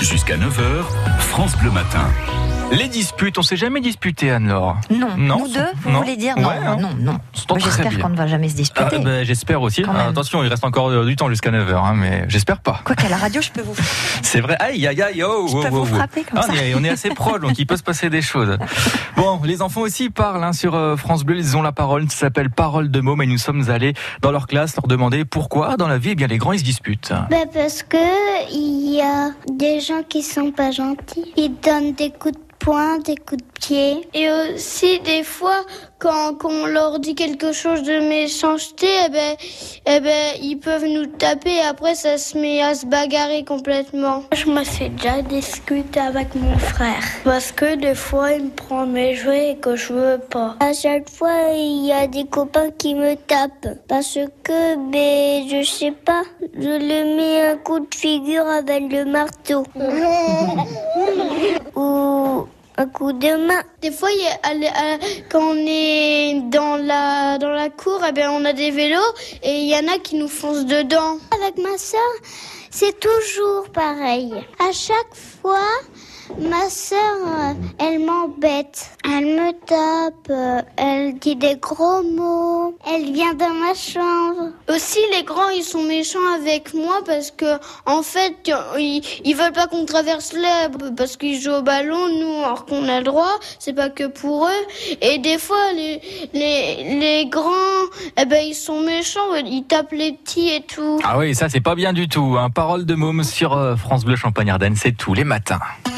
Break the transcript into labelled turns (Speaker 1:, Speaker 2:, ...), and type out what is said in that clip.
Speaker 1: Jusqu'à 9h, France Bleu Matin.
Speaker 2: Les disputes, on s'est jamais disputé, Anne-Laure.
Speaker 3: Non.
Speaker 2: Non,
Speaker 3: Nous deux, vous
Speaker 2: non.
Speaker 3: voulez dire non,
Speaker 2: Ouais, hein.
Speaker 3: non, non, non.
Speaker 2: On s'entend
Speaker 3: Moi,
Speaker 2: très
Speaker 3: J'espère
Speaker 2: bien.
Speaker 3: qu'on ne va jamais se disputer.
Speaker 2: Ah, ben, j'espère aussi.
Speaker 3: Quand même.
Speaker 2: attention, il reste encore euh, du temps jusqu'à 9h, mais j'espère pas.
Speaker 3: Quoi qu'à la radio, je peux vous, je
Speaker 2: C'est vrai. Aïe, aïe, aïe, oh, oh,
Speaker 3: peux
Speaker 2: oh,
Speaker 3: vous
Speaker 2: oh.
Speaker 3: frapper comme
Speaker 2: Ah,
Speaker 3: ça.
Speaker 2: on, est, on est assez proche, donc il peut se passer des choses. Bon, les enfants aussi parlent hein, sur euh, France Bleu, ils ont la parole, ça s'appelle Parole de mots, mais nous sommes allés dans leur classe leur demander pourquoi dans la vie, eh bien, les grands, ils se disputent.
Speaker 4: Bah parce que il y a des gens qui sont pas gentils. Ils donnent des coups de poing, des coups de pied. Et aussi des fois quand, quand on leur dit quelque chose de méchanceté, eh ben, eh ben ils peuvent nous taper et après ça se met à se bagarrer complètement. Je me suis déjà discutée avec mon frère parce que des fois il me prend mes jouets et que je veux pas. À chaque fois il y a des copains qui me tapent parce que ben je sais pas, je le mets un coup de figure avec le marteau ou un coup de main. Des fois, il y a- elle- elle- quand on est dans la, dans la cour, eh ben, on a des vélos et il y en a qui nous foncent dedans. Avec ma soeur, c'est toujours pareil. À chaque fois, ma soeur, elle m'embête. Elle me tape, euh, elle dit des gros mots, elle vient dans ma chambre. Aussi, les grands, ils sont méchants avec moi parce que, en fait, ils, ils veulent pas qu'on traverse l'air parce qu'ils jouent au ballon, nous, alors qu'on a le droit. C'est pas que pour eux. Et des fois, les, les, les grands, eh ben, ils sont méchants, ils tapent les petits et tout.
Speaker 2: Ah oui, ça c'est pas bien du tout. Hein. Parole de môme sur euh, France Bleu Champagne Ardenne, c'est tous les matins.